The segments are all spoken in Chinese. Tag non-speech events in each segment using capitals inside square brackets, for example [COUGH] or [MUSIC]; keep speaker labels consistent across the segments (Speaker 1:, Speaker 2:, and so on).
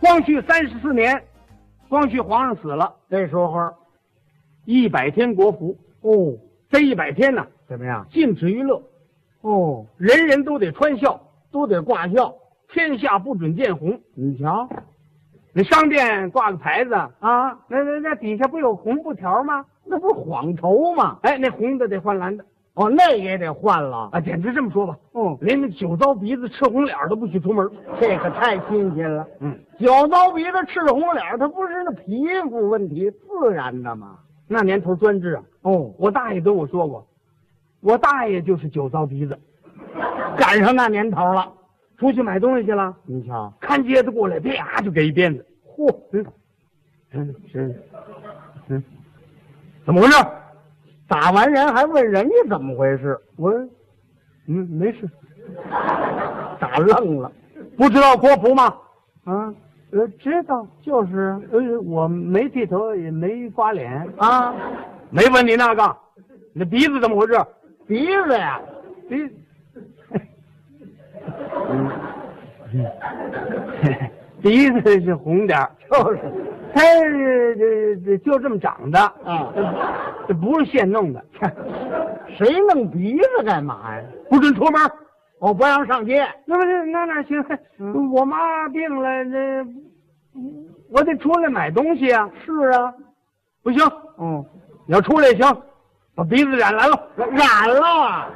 Speaker 1: 光绪三十四年，光绪皇上死了，
Speaker 2: 这时候
Speaker 1: 一百天国服。
Speaker 2: 哦，
Speaker 1: 这一百天呢，
Speaker 2: 怎么样？
Speaker 1: 禁止娱乐，
Speaker 2: 哦，
Speaker 1: 人人都得穿孝，
Speaker 2: 都得挂孝。
Speaker 1: 天下不准见红。
Speaker 2: 你瞧
Speaker 1: 那商店挂个牌子，
Speaker 2: 啊，
Speaker 1: 那那那底下不有红布条吗？
Speaker 2: 那不是晃头吗？
Speaker 1: 哎，那红的得换蓝的
Speaker 2: 哦，那也得换了。
Speaker 1: 啊！简直这么说吧，
Speaker 2: 嗯，
Speaker 1: 连那酒糟鼻子、赤红脸儿都不许出门。
Speaker 2: 这可太新鲜了。
Speaker 1: 嗯，
Speaker 2: 酒糟鼻子、赤红脸，它不是那皮肤问题，自然的嘛。
Speaker 1: 那年头专制啊，
Speaker 2: 哦，
Speaker 1: 我大爷跟我说过，我大爷就是酒糟鼻子，
Speaker 2: 赶上那年头了。
Speaker 1: 出去买东西去了，
Speaker 2: 你瞧，
Speaker 1: 看街的过来，啪就给一鞭子。
Speaker 2: 嚯，
Speaker 1: 嗯，嗯是，嗯，怎么回事？
Speaker 2: 打完人还问人家怎么回事，
Speaker 1: 我，嗯，没事，
Speaker 2: 打愣了。
Speaker 1: 不知道国服吗？
Speaker 2: 啊
Speaker 1: 呃，知道，就是，呃，我没剃头，也没刮脸，
Speaker 2: 啊，
Speaker 1: 没问你那个，你的鼻子怎么回事？
Speaker 2: 鼻子呀，
Speaker 1: 鼻，嗯 [LAUGHS] 鼻子是红点儿，
Speaker 2: 就是
Speaker 1: 他这这就这么长的，
Speaker 2: 啊，
Speaker 1: 这不是现弄的， [LAUGHS]
Speaker 2: 谁弄鼻子干嘛呀？
Speaker 1: 不准出门。
Speaker 2: 哦，不让上街。
Speaker 1: 那不是那哪行？
Speaker 2: 嗯
Speaker 1: 我妈病了，这我得出来买东西啊。
Speaker 2: 是啊，
Speaker 1: 不行，
Speaker 2: 嗯，
Speaker 1: 你要出来也行，把鼻子染蓝了。
Speaker 2: 染了，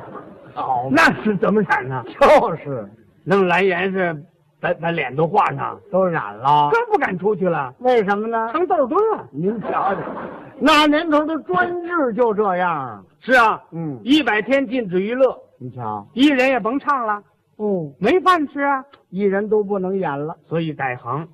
Speaker 2: 好嘛，
Speaker 1: 那是怎么染呢？
Speaker 2: 就是
Speaker 1: 弄蓝颜是把把脸都画上，
Speaker 2: 都染了。
Speaker 1: 更不敢出去了，
Speaker 2: 为什么呢？
Speaker 1: 成豆墩了。
Speaker 2: 您瞧瞧，那年头的专制就这样。
Speaker 1: 是啊，
Speaker 2: 嗯，
Speaker 1: 一百天禁止娱乐，
Speaker 2: 你瞧，
Speaker 1: 艺人也甭唱了，
Speaker 2: 哦，
Speaker 1: 没饭吃啊。
Speaker 2: 艺人都不能演了。
Speaker 1: 所以改行，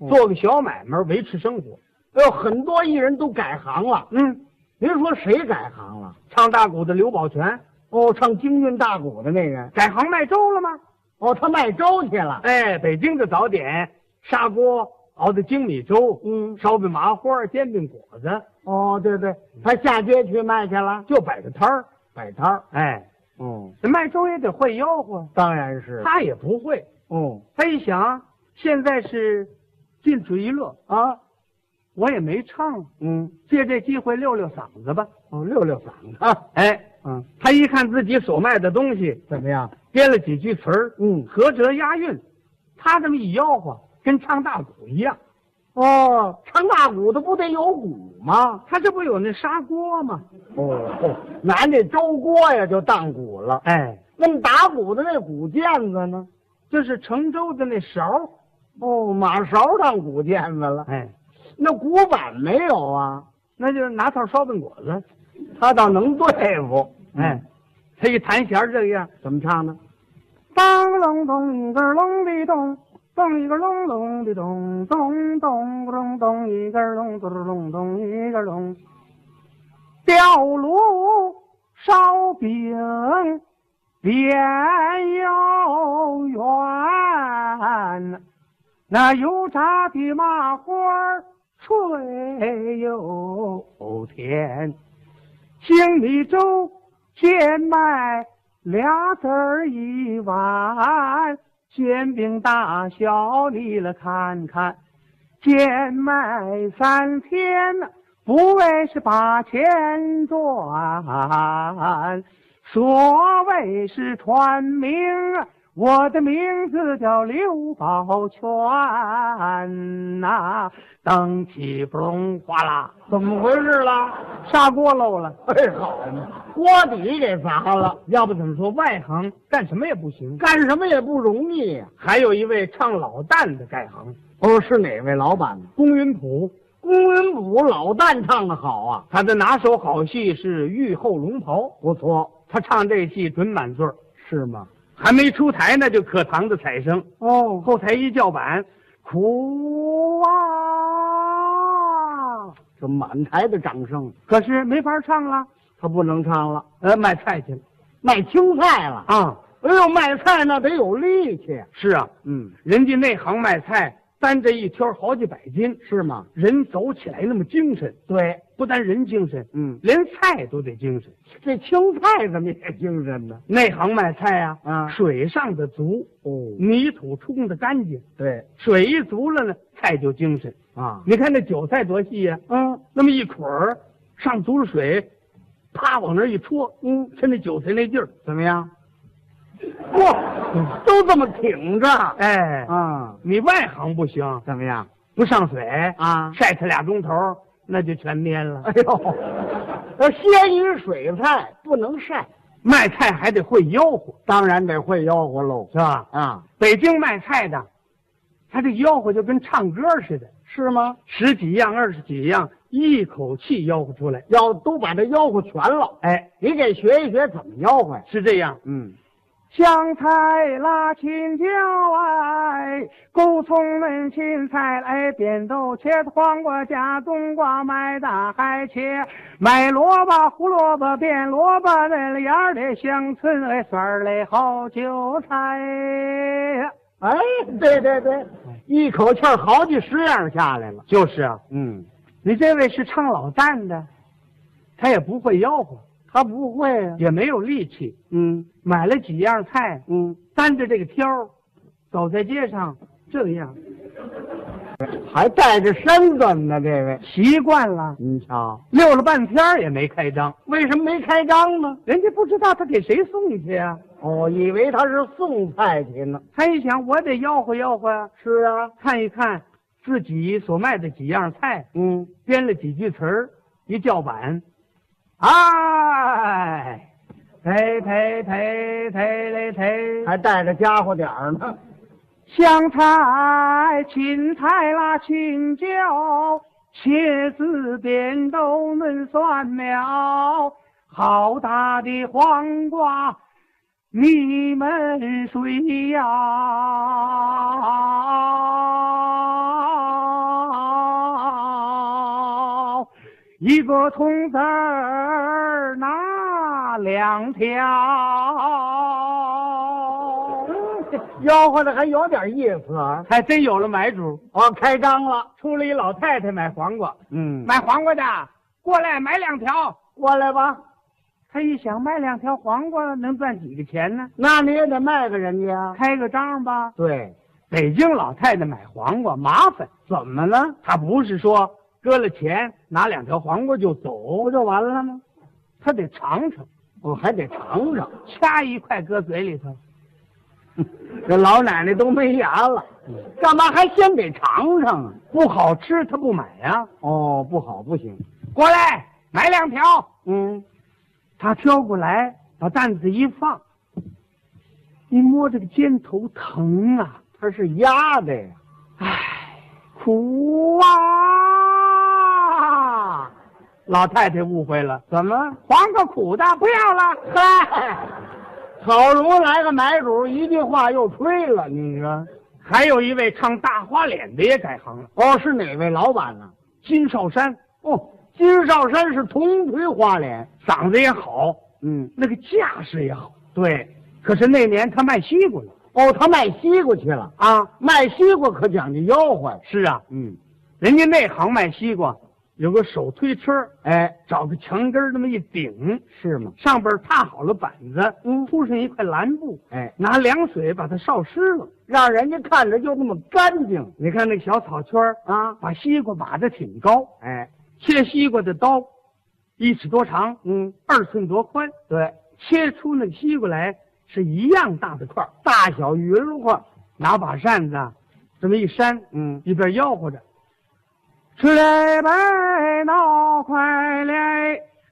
Speaker 2: 嗯
Speaker 1: 做个小买卖维持生活。
Speaker 2: 哎呦，很多艺人都改行了。
Speaker 1: 嗯，
Speaker 2: 您说谁改行了？
Speaker 1: 唱大鼓的刘宝全
Speaker 2: 哦，唱京韵大鼓的那人，
Speaker 1: 改行卖粥了吗？
Speaker 2: 哦，他卖粥去了。
Speaker 1: 哎，北京的早点，砂锅熬的精米粥，
Speaker 2: 嗯，
Speaker 1: 烧饼麻花，煎饼果子，
Speaker 2: 哦，对对，他下街去卖去了，
Speaker 1: 就摆个摊儿。
Speaker 2: 摆摊儿。
Speaker 1: 哎，
Speaker 2: 嗯，
Speaker 1: 这卖粥也得会吆喝，
Speaker 2: 当然是。
Speaker 1: 他也不会。
Speaker 2: 嗯
Speaker 1: 他一想，现在是禁止娱乐，
Speaker 2: 啊，
Speaker 1: 我也没唱，
Speaker 2: 嗯，
Speaker 1: 借这机会溜溜嗓子吧。
Speaker 2: 哦，溜溜嗓子啊，
Speaker 1: 哎，
Speaker 2: 嗯，
Speaker 1: 他一看自己所卖的东西，
Speaker 2: 怎么样？
Speaker 1: 编了几句词儿，
Speaker 2: 嗯，
Speaker 1: 合辙押韵，他这么一吆喝，跟唱大鼓一样。
Speaker 2: 哦，唱大鼓的不得有鼓吗？
Speaker 1: 他这不有那砂锅吗？
Speaker 2: 哦，哦拿那粥锅呀就当鼓了。
Speaker 1: 哎，
Speaker 2: 那么打鼓的那鼓毽子呢？
Speaker 1: 就是盛粥的那勺儿。
Speaker 2: 哦，马勺当鼓毽子了。
Speaker 1: 哎，
Speaker 2: 那鼓板没有啊？
Speaker 1: 那就是拿套烧饼果子。
Speaker 2: 他倒能对付。
Speaker 1: 哎，他一弹弦儿这个样，
Speaker 2: 怎么唱呢？
Speaker 1: 当隆咚一个隆的咚，咚一个隆隆的咚，咚咚咚咚一个隆咚隆咚一个隆。吊炉烧饼边又圆，那油炸的麻花儿脆又甜，青米粥贱卖俩子儿一碗，煎饼大小你了看看。贱卖三天，不为是把钱赚，所谓是传名，我的名字叫刘宝全呐、灯起不隆哗啦，
Speaker 2: 怎么回事啦？
Speaker 1: 砂锅漏了。
Speaker 2: 哎，好嘛，锅底给砸了，
Speaker 1: 要不怎么说外行干什么也不行？
Speaker 2: 干什么也不容易呀、
Speaker 1: 还有一位唱老旦的改行，
Speaker 2: 哦，是哪位老板呢？
Speaker 1: 龚云普，
Speaker 2: 龚云普老旦唱的好啊，
Speaker 1: 他的拿手好戏是《玉后龙袍》，
Speaker 2: 不错，
Speaker 1: 他唱这戏准满座儿。
Speaker 2: 是吗？
Speaker 1: 还没出台呢，就可堂的彩声，
Speaker 2: 哦，
Speaker 1: 后台一叫板，苦啊！
Speaker 2: 这满台的掌声，
Speaker 1: 可是没法唱了，
Speaker 2: 他不能唱了，
Speaker 1: 呃，卖菜去了
Speaker 2: 卖青菜了。
Speaker 1: 啊！
Speaker 2: 哎呦，卖菜那得有力气。
Speaker 1: 是啊，
Speaker 2: 嗯，
Speaker 1: 人家内行卖菜担这一挑好几百斤，
Speaker 2: 是吗？
Speaker 1: 人走起来那么精神，
Speaker 2: 对，
Speaker 1: 不单人精神，
Speaker 2: 嗯，
Speaker 1: 连菜都得精神。
Speaker 2: 这青菜怎么也精神呢？
Speaker 1: 内行卖菜呀、
Speaker 2: 啊
Speaker 1: 水上的足，
Speaker 2: 哦
Speaker 1: 泥土冲的干净，
Speaker 2: 对
Speaker 1: 水一足了呢，菜就精神。
Speaker 2: 啊，
Speaker 1: 你看那韭菜多细呀、
Speaker 2: 嗯
Speaker 1: 那么一捆儿上足了水，啪往那儿一戳，
Speaker 2: 嗯，
Speaker 1: 趁那韭菜那劲儿，
Speaker 2: 怎么样？
Speaker 1: 嚯，
Speaker 2: 都这么挺着
Speaker 1: 哎，
Speaker 2: 啊？
Speaker 1: 你外行不行，
Speaker 2: 怎么样
Speaker 1: 不上水
Speaker 2: 啊？
Speaker 1: 晒它俩钟头，那就全蔫了
Speaker 2: 哎。呦，要鲜于水菜不能晒，
Speaker 1: 卖菜还得会吆喝，
Speaker 2: 当然得会吆喝喽
Speaker 1: 是吧？
Speaker 2: 啊？
Speaker 1: 北京卖菜的，他这吆喝就跟唱歌似的，
Speaker 2: 是吗？
Speaker 1: 十几样、二十几样，一口气吆喝出来。
Speaker 2: 要都把这吆喝全了，
Speaker 1: 哎，
Speaker 2: 你给学一学怎么吆喝呀？
Speaker 1: 是这样。
Speaker 2: 嗯，
Speaker 1: 香菜拉青椒哎，勾葱嫩青菜来，扁豆茄子黄瓜加冬瓜，买大海茄，买萝卜胡萝卜变萝卜，那了芽儿的香椿哎，蒜儿嘞好韭菜。
Speaker 2: 哎，对对对，一口气儿好几十样下来了。
Speaker 1: 就是啊，
Speaker 2: 嗯，
Speaker 1: 你这位是唱老旦的，他也不会吆喝，
Speaker 2: 他不会啊。
Speaker 1: 也没有力气，
Speaker 2: 嗯
Speaker 1: 买了几样菜，
Speaker 2: 嗯，
Speaker 1: 担着这个挑儿，走在街上这样，
Speaker 2: 还带着身段呢，这位。
Speaker 1: 习惯了。
Speaker 2: 您瞧，
Speaker 1: 溜了半天儿也没开张，
Speaker 2: 为什么没开张呢？
Speaker 1: 人家不知道他给谁送去啊。
Speaker 2: 哦，以为他是送菜去呢。
Speaker 1: 他一想，我得吆喝吆喝啊，
Speaker 2: 是啊，
Speaker 1: 看一看自己所卖的几样菜，
Speaker 2: 嗯，
Speaker 1: 编了几句词儿，一叫板，哎，呸呸呸呸嘞呸，
Speaker 2: 还带着家伙点儿呢。
Speaker 1: 香菜、芹菜啦、青椒、茄子、扁豆、嫩蒜苗，好大的黄瓜，你们谁呀？一个铜子儿拿两条。
Speaker 2: 吆喝的还有点意思啊！
Speaker 1: 还真有了买主，
Speaker 2: 哦，开张了。
Speaker 1: 出了一老太太买黄瓜，
Speaker 2: 嗯，
Speaker 1: 买黄瓜的过来买两条。
Speaker 2: 过来吧，
Speaker 1: 他一想，卖两条黄瓜能赚几个钱呢？
Speaker 2: 那你也得卖给人家啊。
Speaker 1: 开个张吧。
Speaker 2: 对，
Speaker 1: 北京老太太买黄瓜麻烦，
Speaker 2: 怎么了？
Speaker 1: 她不是说搁了钱拿两条黄瓜就走
Speaker 2: 不，就完了吗？
Speaker 1: 她得尝尝，
Speaker 2: 我哦还得尝尝。 [LAUGHS]
Speaker 1: 掐一块搁嘴里头。
Speaker 2: 这老奶奶都没牙了，干嘛还先得尝尝啊？
Speaker 1: 不好吃她不买呀、
Speaker 2: 哦，不好，不行。
Speaker 1: 过来买两条，
Speaker 2: 嗯，
Speaker 1: 她挑过来，把担子一放，一摸这个肩头疼啊。
Speaker 2: 它是压的呀。
Speaker 1: 唉，苦啊！老太太误会了，
Speaker 2: 怎么？
Speaker 1: 黄瓜苦的不要了。嗨，
Speaker 2: 好容易来个买主，一句话又吹了，你说？
Speaker 1: 还有一位唱大花脸的也改行了，
Speaker 2: 哦，是哪位老板呢？
Speaker 1: 金少山
Speaker 2: 哦，金少山是铜锤花脸。
Speaker 1: 嗓子也好，
Speaker 2: 嗯，
Speaker 1: 那个架势也好。对，可是那年他卖西瓜了
Speaker 2: 哦，他卖西瓜去了。
Speaker 1: 啊。
Speaker 2: 卖西瓜可讲究吆喝呀。
Speaker 1: 是啊，
Speaker 2: 嗯，
Speaker 1: 人家内行卖西瓜，有个手推车，
Speaker 2: 哎，
Speaker 1: 找个墙根儿那么一顶，
Speaker 2: 是吗？
Speaker 1: 上边踏好了板子，
Speaker 2: 嗯
Speaker 1: 铺上一块蓝布，
Speaker 2: 哎，
Speaker 1: 拿凉水把它烧湿了。
Speaker 2: 让人家看着就那么干净
Speaker 1: 你看那个小草圈儿
Speaker 2: 啊。
Speaker 1: 把西瓜码得挺高，
Speaker 2: 哎，
Speaker 1: 切西瓜的刀一尺多长，
Speaker 2: 嗯，
Speaker 1: 二寸多宽，
Speaker 2: 对，
Speaker 1: 切出那个西瓜来是一样大的块儿，
Speaker 2: 大小匀了块。
Speaker 1: 拿把扇子这么一扇，
Speaker 2: 嗯，
Speaker 1: 一边吆喝着：“吃嘞呗，闹快嘞，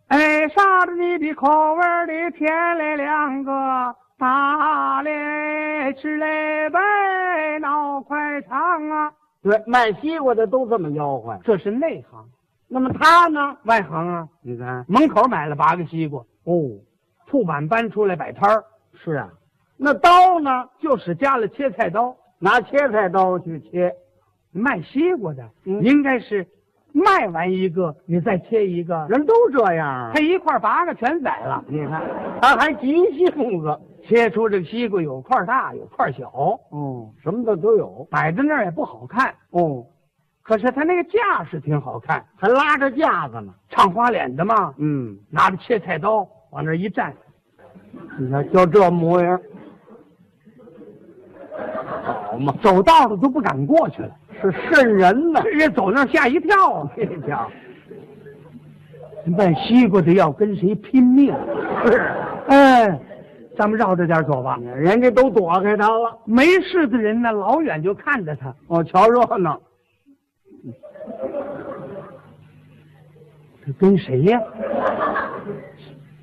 Speaker 1: 哎，啥子你的口味儿的甜嘞两个大嘞，吃嘞呗，闹快尝啊。
Speaker 2: 对，卖西瓜的都这么吆喝呀”。
Speaker 1: 这是内行，
Speaker 2: 那么他呢？
Speaker 1: 外行啊。
Speaker 2: 你看，
Speaker 1: 门口买了八个西瓜，
Speaker 2: 哦，
Speaker 1: 铺满搬出来摆摊儿，
Speaker 2: 是啊。那刀呢？
Speaker 1: 就是加了切菜刀。
Speaker 2: 拿切菜刀去切。
Speaker 1: 卖西瓜的、
Speaker 2: 嗯
Speaker 1: 应该是卖完一个，你再切一个，
Speaker 2: 人都这样啊
Speaker 1: 他。一块儿八个全宰了。
Speaker 2: 你看，他还急性子。
Speaker 1: 切出这个西瓜有块大有块小，
Speaker 2: 哦，什么的都有。
Speaker 1: 摆在那儿也不好看。
Speaker 2: 哦，
Speaker 1: 可是它那个架势挺好看，
Speaker 2: 还拉着架子呢。
Speaker 1: 唱花脸的嘛，
Speaker 2: 嗯，
Speaker 1: 拿着切菜刀往那儿一站，
Speaker 2: 你看就这模样，
Speaker 1: 好嘛，走道的都不敢过去了，
Speaker 2: 是瘆
Speaker 1: [LAUGHS]
Speaker 2: 人呢。
Speaker 1: 人家走那儿吓一跳啊！
Speaker 2: 这家伙
Speaker 1: 卖西瓜的要跟谁拼命？
Speaker 2: 是，啊
Speaker 1: 哎，咱们绕着点走吧。
Speaker 2: 人家都躲开他了。
Speaker 1: 没事的人呢，老远就看着他，
Speaker 2: 哦，瞧热闹，
Speaker 1: 他跟谁呀、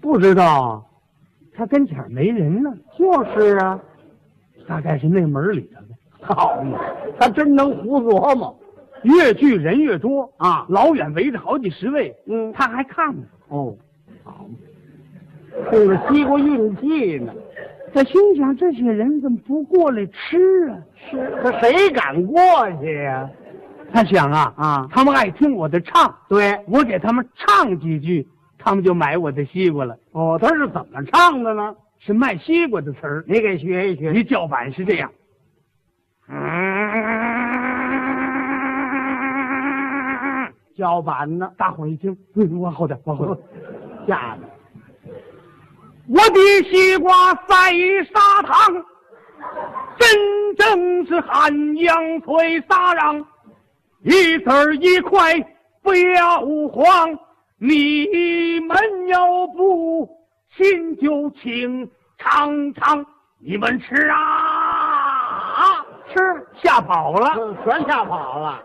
Speaker 2: 不知道啊？
Speaker 1: 他跟前儿没人呢，
Speaker 2: 就是啊，
Speaker 1: 大概是那门里头的。
Speaker 2: 好嘛，他真能胡琢磨
Speaker 1: 越聚人越多，
Speaker 2: 啊。
Speaker 1: 老远围着好几十位，
Speaker 2: 嗯，
Speaker 1: 他还看呢。
Speaker 2: 哦，好嘛，冲着西瓜运气呢。
Speaker 1: 他心想：这些人怎么不过来吃啊？
Speaker 2: 是，可谁敢过去呀、
Speaker 1: 他想啊，
Speaker 2: 啊
Speaker 1: 他们爱听我的唱，
Speaker 2: 对，
Speaker 1: 我给他们唱几句，他们就买我的西瓜了。
Speaker 2: 哦，他是怎么唱的呢？
Speaker 1: 是卖西瓜的词儿，
Speaker 2: 你给学一学。
Speaker 1: 一叫板是这样。
Speaker 2: 叫板呢？
Speaker 1: 大伙儿一听，嗯，往后点，往后点。
Speaker 2: 吓的，
Speaker 1: 我的西瓜赛砂糖，真正是汉阳催沙瓤，一子儿一块不要慌，你们要不信就请尝尝，你们吃啊，
Speaker 2: 是
Speaker 1: 吓跑了。
Speaker 2: 全吓跑了。